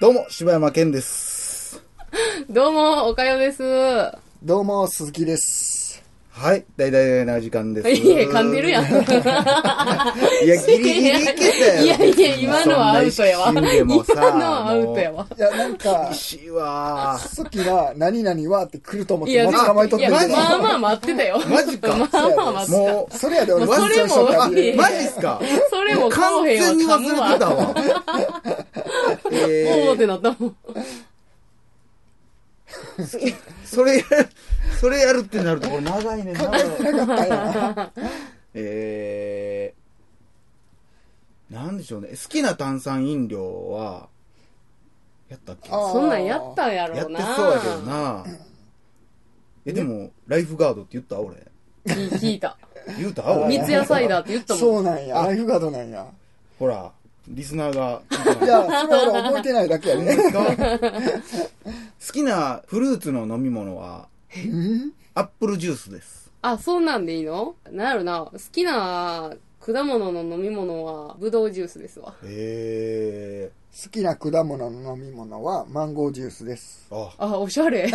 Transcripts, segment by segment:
どうも、柴山健です。どうも、おかよです。どうも、鈴木です。はい、大々な時間です。いや、噛んでるやん。いや、ギリギリいけたよ。いやいや今のはアウトやわそんな一瞬でもさ 今のはアウトや。わ。いや、なんか厳、しいわ。さっきは、何々はって来ると思っいて、や、待ち構えとっていやるマけジど、まあまあ待ってたよ。マジかまあまあ待ってた。もう、それやで俺、もうワそンチれャンしともったいやいやマジっすかそれも買完わへんわ。全に忘れてた わ。わ。おーっえてなったもん。ー、それやる、それやるってなると、これ長いねんな。えー、なんでしょうね。好きな炭酸飲料は、やったっけあそんなんやったんやろやっうてな。そうやけどな。え、でも、ライフガードって言った俺。いい聞いた。言うた俺。三ツ矢サイダーって言ったそもん。うなんや、ライフガードなんや。ほら、リスナーが聞いてない い。や、それは俺覚えてないだけやね。好きなフルーツの飲み物は、アップルジュースです。あ、そうなんでいいのなんやろな。好きな果物の飲み物は、ぶどうジュースですわ。へえ。好きな果物の飲み物は、マンゴージュースです。あ、あ、おしゃれ。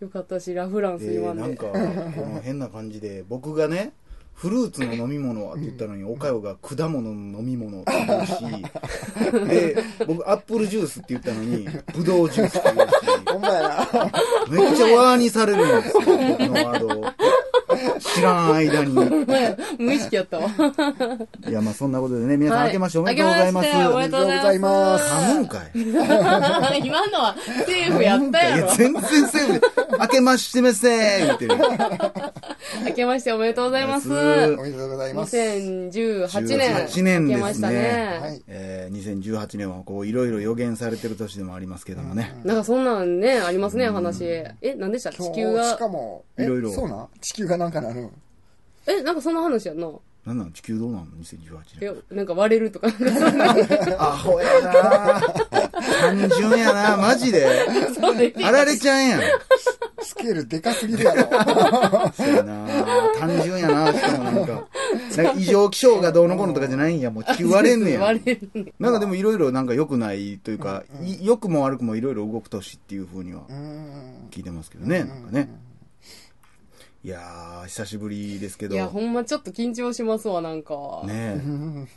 よかったし、ラフランえス言わー、んなんで。か、この変な感じで、僕がね、フルーツの飲み物はって言ったのに、おかよが果物の飲み物って言うし、で、僕アップルジュースって言ったのに、ぶどうジュースって言うし、ほんま やな。めっちゃワーにされるんですよ、僕のワードを。知らん間に。 無意識やったわ。いや、まあそんなことでね、皆さん、はい明けましておめでとうございます。明けましておめでとうございま頼むす。かい。今のはセーフやったやいろや、。全然セーフで、明けましてめせー言ってる。明けましておめでとうございます。おおめでとうございます。 2018年。 18年明けましたですねね。はい。えー、2018年はこう、いろいろ予言されてる年でもありますけどもね。なんかそんなんね、ありますね、話。え、なんでした今地日、球しがか。も、えいろいろそうなん地球がなんかなるんえ、なんかそんな話やんな。なんなの地球どうなの ?2018 え年。、なんか割れるとか。そアホやな単純やなマジで。うであられちゃんやん。スケールでかすぎるや ろ。そうやな単純やなしかもなんか。なんか異常気象がどうのこうのとかじゃないんや。もう地球割れんねや。割れるね。なんかでもいろいろなんか良くないというか、い良くも悪くもいろいろ動く年っていう風にはうーん。聞いてますけどね、なんかね。いやー、久しぶりですけいど。や、ほんまちょっと緊張しますわ、なんか。ねうえ。ん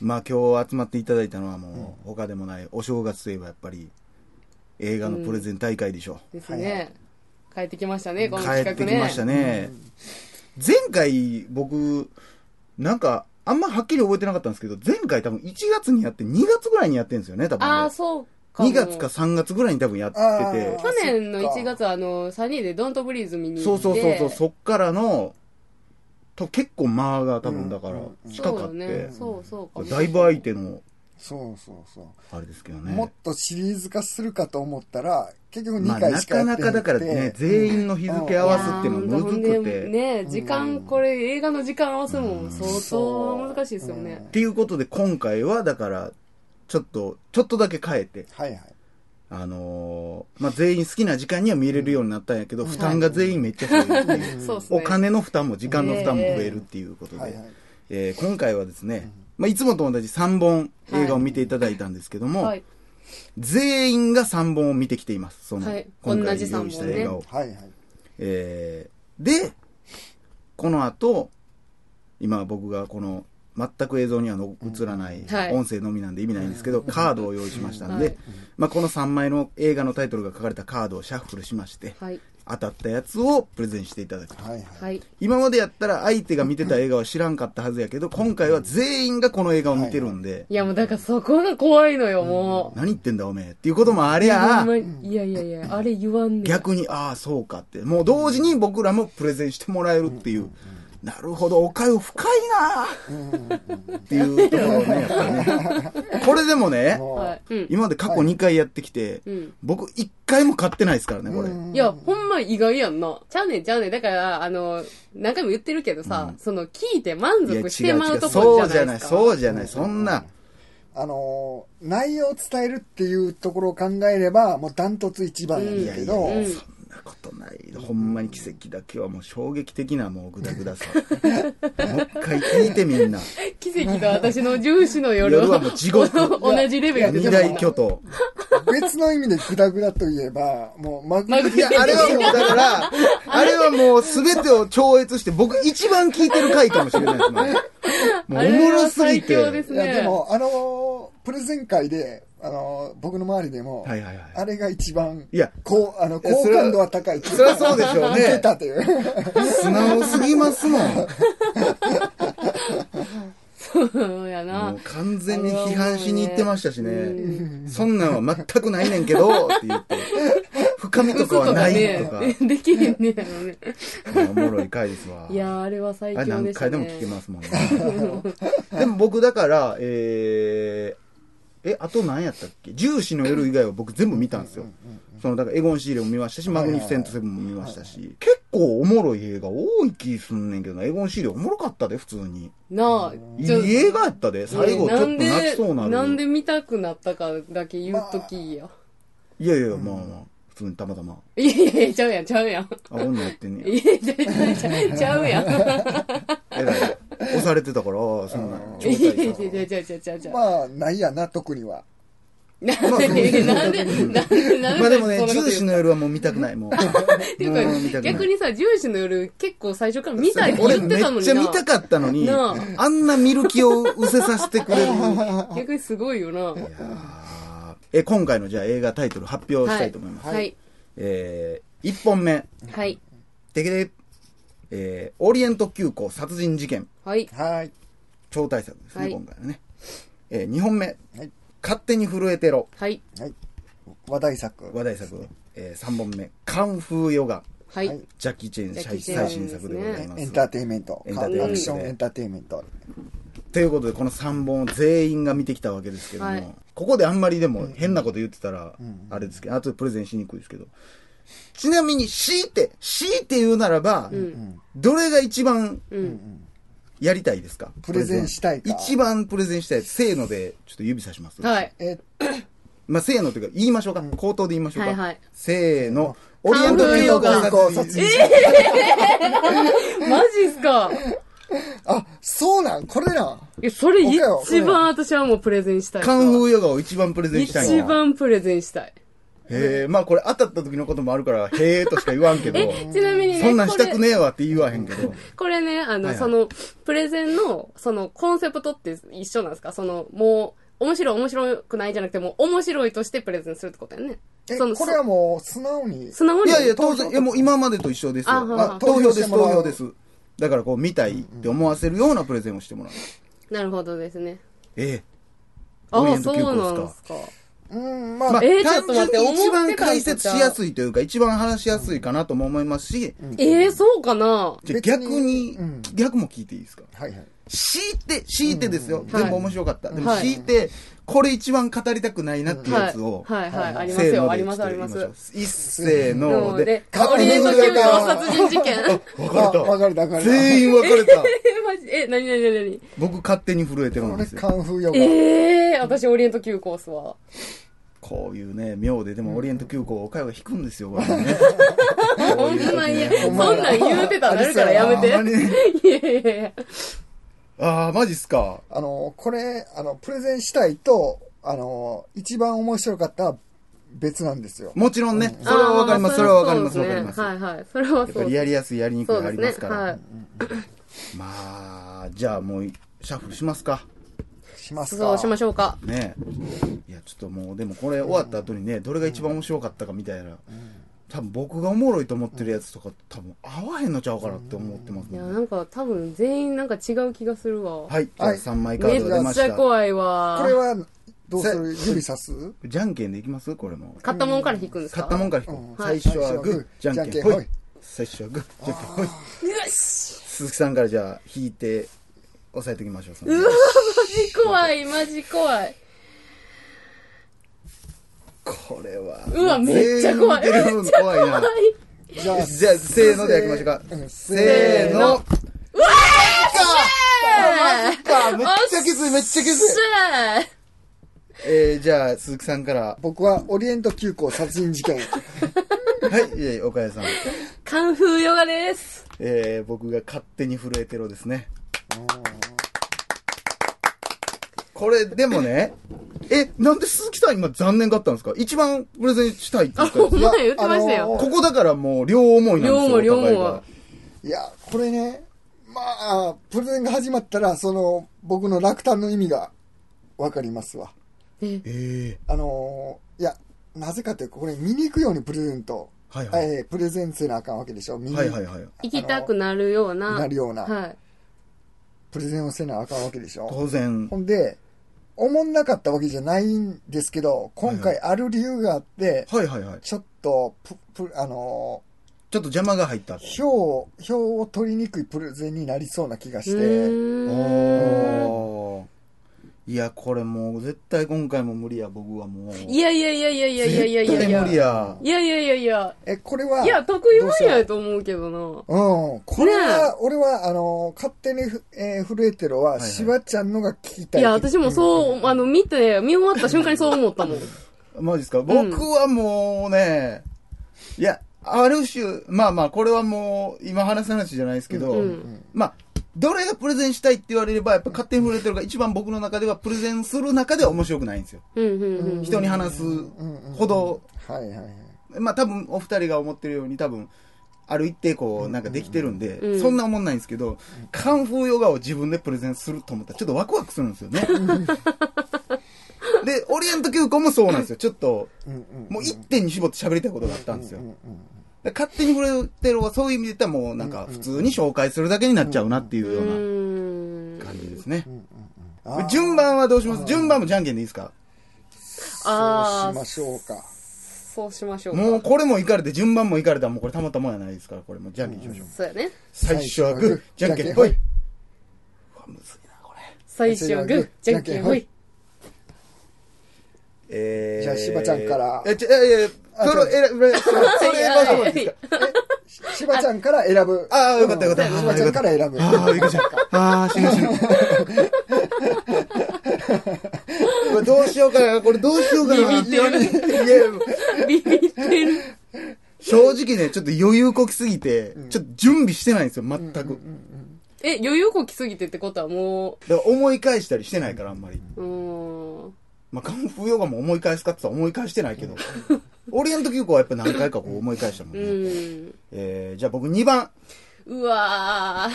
まあ今日集まっていただいたのはもう他でもない、お正月といえばやっぱり映画のプレゼン大会でしょ。ですね。帰ってきましたね、この企帰画っね。てきましたね。前回僕、なんか、あんまはっきり覚えてなかったんですけど、前回多分1月にやって、2月ぐらいにやってるんですよね、多分ね、ああ、そうかも。 2月か3月ぐらいに多分やってあて去年の1月はあの、3人でドントブリーズ見にそ行うって。そうそうそうそっからのと結構間が多分だからうん近かそって、うよね。そうそうかも。だいぶ相手のそうそうそう。あれですけどもっねとシリーズ化するかと思ったら、結局まあ2回なしかかやなってかなだくて、からね全員の日付合わすっていうのはむずいやくーほんて、とね、時間、これ映画の時間合わせるのも相そ当う難しいですよねっ。ていうことで今回はだからちょっとちょっとだけ変えてはいはい。あのーまあ全員好きな時間には見れるようになったんやけど、負担が全員めっちゃ増えるっていう、そうですね。お金の負担も時間の負担も増えるっていうことで、はいはい。えー今回はですね、まあ、いつもと同じ3本映画を見ていただいたんですけども、はい。全員が3本を見てきています。その、はい今同回じ用意した映画を。はいはい。えーで、この後、今僕がこの、全く映像にはの映らない、はい音声のみなんで意味ないんですけど、カードを用意しましたんで、はいまあ、この3枚の映画のタイトルが書かれたカードをシャッフルしまして、はい。当たったやつをプレゼンしていただく。はいはい。はい。今までやったら相手が見てた映画は知らんかったはずやけど、今回は全員がこの映画を見てるんで、いや、もうだからそこが怖いのよ、もう。何言ってんだおめえっていうこともありいゃあ、いやいやいや、あれ言わんね逆に、ああ、そうかって。もう同時に僕らもプレゼンしてもらえるっていう。なるほど、おかゆ深いなーっていうところをね、やっぱりね。これでもね、もうはい。うん。今まで過去2回やってきてうん、僕1回も買ってないですからね、これ。いや、ほんま意外やんな。ちゃうねん、ちゃうねん。だから、あの、何回も言ってるけどさ、その、聞いて満いや、違う足してま違うう。とこそろうじじゃゃなない、いですか。そうじゃない、そんな。あのー内容を伝えるっていうところを考えれば、もうダントツ一番やねんけど、いやいやいやなことない。ほんまに奇跡だけはもう衝撃的なもうグダグダさ。もう一回聞いてみんな。奇跡と私の重視の夜夜はもう地獄同じレベルで二す大巨頭。別の意味でグダグダといえば、もう、マグマグいや、あれはもうだ から、あれはもう全てを超越して、僕一番聞いてる回かもしれないですね。もうおもろすぎて。あれは最強ですいねや、でも、あのープレゼン会で、あのー僕の周りでも、はいはいはいあれが一番、いやこう、あの、いや好それは感度は高いっていそりゃそうでしょう出ね。たという。素直すぎますもん。もそうやなう。完全に批判しに行ってましたしね。そんなんは全くないねんけど、って言って。深みとかはない とか。ね、できへんねやろね。おもろい回ですわ。いやー、あれは最あれ強何でした回ね。でも聞けますもん ね。でも僕だから、えー、え、あと何やったっけ重視の夜以外は僕全部見たんですよ。その、だからエゴン・シーレも見ましたし、マグニフィセント・セブンも見ましたし、結構おもろい映画多い気すんねんけどな、エゴン・シーレおもろかったで、普通に。なあ、いいちょ映画やったで、最後ちょっと泣きそうなる。なんで見たくなったかだけ言うときや。いやいや、まあまあ、普通にたまた ま。いやいやいや、ちゃうやん、ちゃうやん。あ、女やってんねいやいやいやいやちゃうちゃうやん。や。えらい。押されてたから、ああそんな、いや状態いさやいやいやいやいやいや。まあ、ないやな、特には。なんで、なんで、なんで、なん で、まあでもね、そんなこと言う重視の夜はもう見たくない、 もう。ってっていうか、逆にさ、重視の夜、結構最初から見たいって俺言っめてったのにちゃな。見たかったのに、なあんな見る気を失せさせてく れる。逆にすごいよな。あーえ、今回のじゃあ映画タイトル発表したいと思います。はい。えー、1本目。はい。てけで、えー、オリエント急行殺人事件、はい。はい。超大作ですね、はい今回のね。えー、2本目。はい勝手に震えてろ。はい。はい。話題作。話題作。えー、3本目。カンフーヨガ。はい。はいジャッキー・チェンジャッ最キーチェン最新作でございます。エンターテインメント。エンターアテインメントクションエンターテインメント。ということで、この3本を全員が見てきたわけですけども、はいここであんまりでも変なこと言ってたら、あれですけど、あとでプレゼンしにくいですけど、ちなみに強いて、強いて言うならば、どれが一番うん。やりたいですかプレゼンしたいか一番プレゼンしたいやつ。せーので、ちょっと指さします。はい。え、まあ、せーのというか、言いましょうか。口頭で言いましょうか。はいはいせーの。オリエント急行韓殺国殺人。マジっすか。あ、そうなんこれなん。いや、それ一僕や番私はもうプレゼンしたい。カンフーヨガを一番プレゼンしたいな一番プレゼンしたい。へえ、まあこれ当たった時のこともあるから、へえとしか言わんけど。え、ちなみにね、そんなんしたこくれねえわって言わへんけど。これね、あの、はいはいその、プレゼンの、その、コンセプトって一緒なんですかその、もう、面白い面白くないじゃなくて、もう、面白いとしてプレゼンするってことやね。え、その、これはもう素直に。素直いに。やいや、当然、いやもう今までと一緒ですよ。あはいはいあ投票です、投投票してもら票うです。だからこう、見たいって思わせるようなプレゼンをしてもらう。なるほどですね。えあオリエあ、ントそ急行うっすかなんですか。うん、え。ままああ、えーちょ単っと待って純に一思っ番てたんと解説しやすいというか、一番話しやすいかなとも思いますし、ええそうかなじゃあ別に逆にうん、逆も聞いていいですかはいはい。強いて、強いてですよ。はい全部面白かった。でもはい強いて、これ一番語りたくないなっていうやはいつを、。はい、はい、ありますせーのよ。であります、あります。一せーのでで、、勝オ手リにエント震急え行てろ殺人事 件。分あかわかれたわかれた。れた。全員分かれた。え、マジ、え、なになになになに僕勝手に震えてるこんれですカよ。ンフーヨガ。ええ私オリエント急行っすわ。こういうね、妙で、でもオリエント急行、おかよが引くんですよ、これね。ほんまに、そほんんまやなん言うてたらなるからやめあんまりねて。いやいやいや。あー、マジっすか。あの、これ、あの、プレゼンしたいと、あの、一番面白かったは別なんですよ。もちろんね、それは分かります、それは分かります、あ分ーかりままあす。そやうですねはいはい。それはっぱそうり。やりやすい、やりにくいそうがありでますすね。かはらい。。まあ、じゃあもう、シャッフルしますか。しますか。そうしましょうか。ねえいやちょっともうでもこれ終わった後にねどれが一番面白かったかみたいな多分僕がおもろいと思ってるやつとか多分合わへんのちゃうかなって思ってますいや、もんなねんか多分全員なんか違う気がするわ。はいじゃあはい3枚カめードが出まっしちゃた怖いわ。これは、どうする指さすじゃんけんでいきますこれも買ったもんから引くんですか買ったもんから引うんく最初はグーじ最ゃ初はグーんけんじゃんけんほほいい最初はグーじゃんけんほいよし鈴木さんからじゃあ引いて押さえておきましょうそのマジ怖い、マジ怖い。これはうわめっちゃ怖い全員見てる怖いなはい。じゃあ、じゃあせーのでやりましょうかうんせーのうわわーかめっちゃきついめっちゃきついしえー、じゃあ、鈴木さんから。 僕はオリエント急行殺人事件。はい、えー、岡谷さん。カンフーヨガです。えー、僕が勝手に震えてろですね。これ、でもね、え、なんで鈴木さん今残念がったんですか一番プレゼンしたいって言あ、ったや ほつんまや言ってましたよ。ここだからもう両思いなんですよ。両思いお互いが両思いいや、これね、まあ、プレゼンが始まったら、その、僕の落胆の意味がわかりますわ。ええあのーいや、なぜかというと、これ見に行くようにプレゼント、ー、はいはい。えープレゼンせなあかんわけでしょ。見にはいはいはい。行きたくなるような。なるような、はい。プレゼンをせなあかんわけでしょ。当然ほ。んで、思んなかったわけじゃないんですけど、今はい回ある理由があって、はいはいはい。ちょっとプ、プあのちょっと邪魔が入ったとー、。票を、票を取りにくいプレゼンになりそうな気がしうて、ーんおーいや、これもう絶対今回も無理や、僕はもう。いやいやいやいやいやいやいやいや絶い対や無理や。いやいやいやいや。え、これは、いや、得意分野やと思うけどな。うん、これねえは、俺は、あのー、勝手にふ、えー、震えてるは、いはいしばちゃんのが聞きたい。いや、私もそう、あの、見て、見終わった瞬間にそう思ったもん。マジですか僕はもうね、いや、ある種、まあまあ、これはもう、今話す話じゃないですけど、うんまあ、どれがプレゼンしたいって言われれば、やっぱ勝手に触れてるが、一番僕の中ではプレゼンする中では面白くないんですよ。うんうんうん。人に話すほど、はいはいはい。まあ多分お二人が思ってるように多分、ある一定こう、なんかできてるんで、うんそんな思んないんですけど、カンフーヨガを自分でプレゼンすると思ったら、ちょっとワクワクするんですよ ね。で、オリエント急行もそうなんですよ。ちょっと、うんうん。もう一点に絞って喋りたいことがあったんですようん。うんで勝手に触れてるはそういう意味で言ったらもうなんか普通に紹介するだけになっちゃうなっていううようーんな感じですね。あー順番はどうします順番もじゃんけんでいいですかあそうしーましょうか。そうしましょうか。もうこれもいかれて、順番もいかれたらもうこれたまったもんやないですから、これもうじゃんけんしましょう。そうやね。最初はグー、じゃんけんほほいい。うわむずいな、これ。最初はグー、じゃんけんほい。えじゃあ柴ちゃんからえ、ちょ、え、え、あそれ、えら、それ、それ、それ、選ばせてもらっていいですかししばちゃんから選ぶ。ああ、よかったよかっうんた。しばちゃんから選ぶ。ああ、ゆかちゃん。ああ、死ぬ死ぬ。これどうしようかな、これどうしようかな。ビビっていやビビってる。正直ね、ちょっと余裕こきすぎて、ちょっと準備してないんですよ、全く。だかえ、余裕こきすぎてってことはもら思い返したりしてないから、あんまり。う、うーん。まあ、カンフーヨガも思い返すかって言ったら思い返してないけど。オリエント急行はやっぱ何回かこう思い返したもんうね。ん。えー、じゃあ僕2番。うわ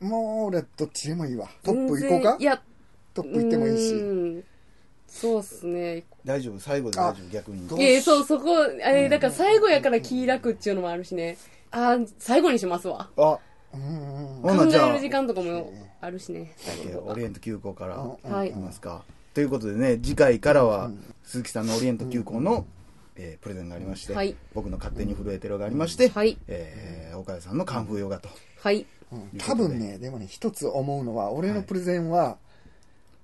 ー。もう俺どっちでもいいわ。トップ行こう全か然いや、トップ行ってもいいし。し。そうっすね。大丈夫、最後で大丈夫、逆に。どいや、そう、そこ、え、だから最後やから気楽っていうのもあるしね。あー最後にしますわ。あ、うんうん考ほな、じえゃある、時間とかもあるしね。えーオリエント急行からうん行はいき。ますか。ということでね、次回からは、鈴木さんのオリエント急行の、えープレゼンがありまして、はい僕の勝手に震えてるがありまして、はいえー、岡谷さんのカンフーヨガと。はい。うん多分ね、でもね、一つ思うのは、俺のプレゼンは、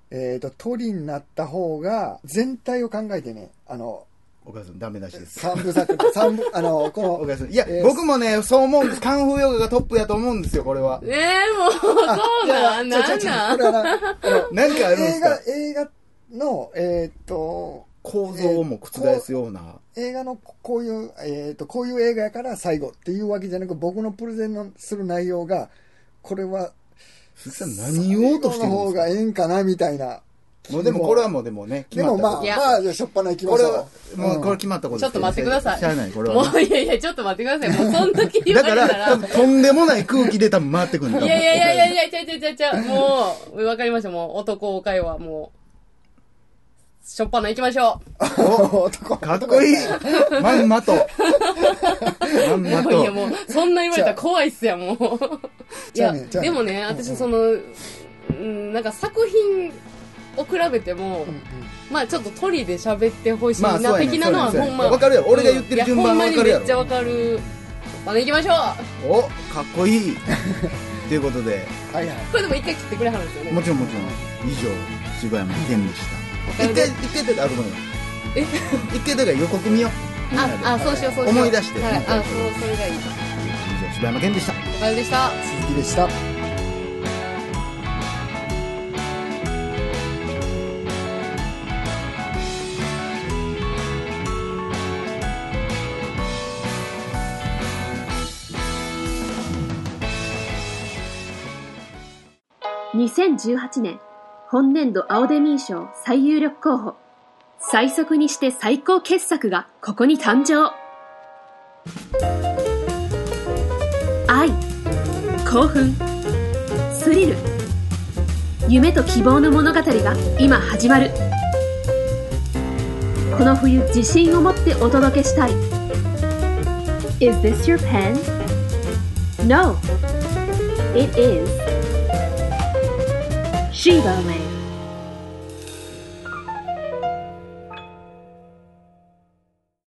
えっ、と、鳥になった方が、全体を考えてね、あの、岡谷さんダメ出しです。三部作、 三部、あの、こ岡の、谷さん。いや、えー僕もね、そう思うんです。カンフーヨガがトップやと思うんですよ、これはえ。ー、もう、そうなん、ちょちなょんちょななん これはな、あのんかあるんで映す画か、映画の、えっ、と、構造をも覆すような。映画のここういう、えっ、と、こういう映画やから最後っていうわけじゃなく、僕のプレゼンのする内容が、これは、鈴木さん何言おうとしてる最後のん方でがええんかな、みたいな。すかもうでもこれはもうでもね、でもまあ、まこあ、といじやゃあ、しょっぱな行きまこしれょは、う。もううんこれ決まったことちょっと待ってください。しゃあない、これはね、もう、いやいや、ちょっと待ってください。もう、そんだけ言 わだれかたら、多ら。分とんでもない空気で多分回ってくるんだいやいやいやいやいや、ちゃうちゃうちゃうちゃう。もう、わかりました。もう、男会はもう、しょっぱな行きましょう。 男かっこいいまんまと。まんいやまいや、と。もう、そんな言われたら怖いっすや、もう。いじゃや、あねじゃあねでもね、私、その、うんなんか作品を比べても、まあちょっと鳥で喋ってほしいまあ、そな、うやね的なのはそうやほねんま。わかるやろ俺が言ってる順番はわかるやいほんまにめっろちゃわかる。まだ行きましょうお、かっこいい。ということで、はいはい。これでも一回切ってくれはるんですよね。もちろんもちろん、以上、柴山健でした。な一るほど回、一回だけ、あ、ごめんごえめん。一回だから予告見よう。みんなであ、あ、そうしよう、そうしよう。思い出してはい、あ、そう、それがいい。以上、柴山健でした。お疲れでした。鈴木でした。 2018年本年度青デミー賞最有力候補最速にして最高傑作がここに誕生愛興奮スリル夢と希望の物語が今始まるこの冬自信を持ってお届けしたい Is this your pen? No, it is Shiva Lane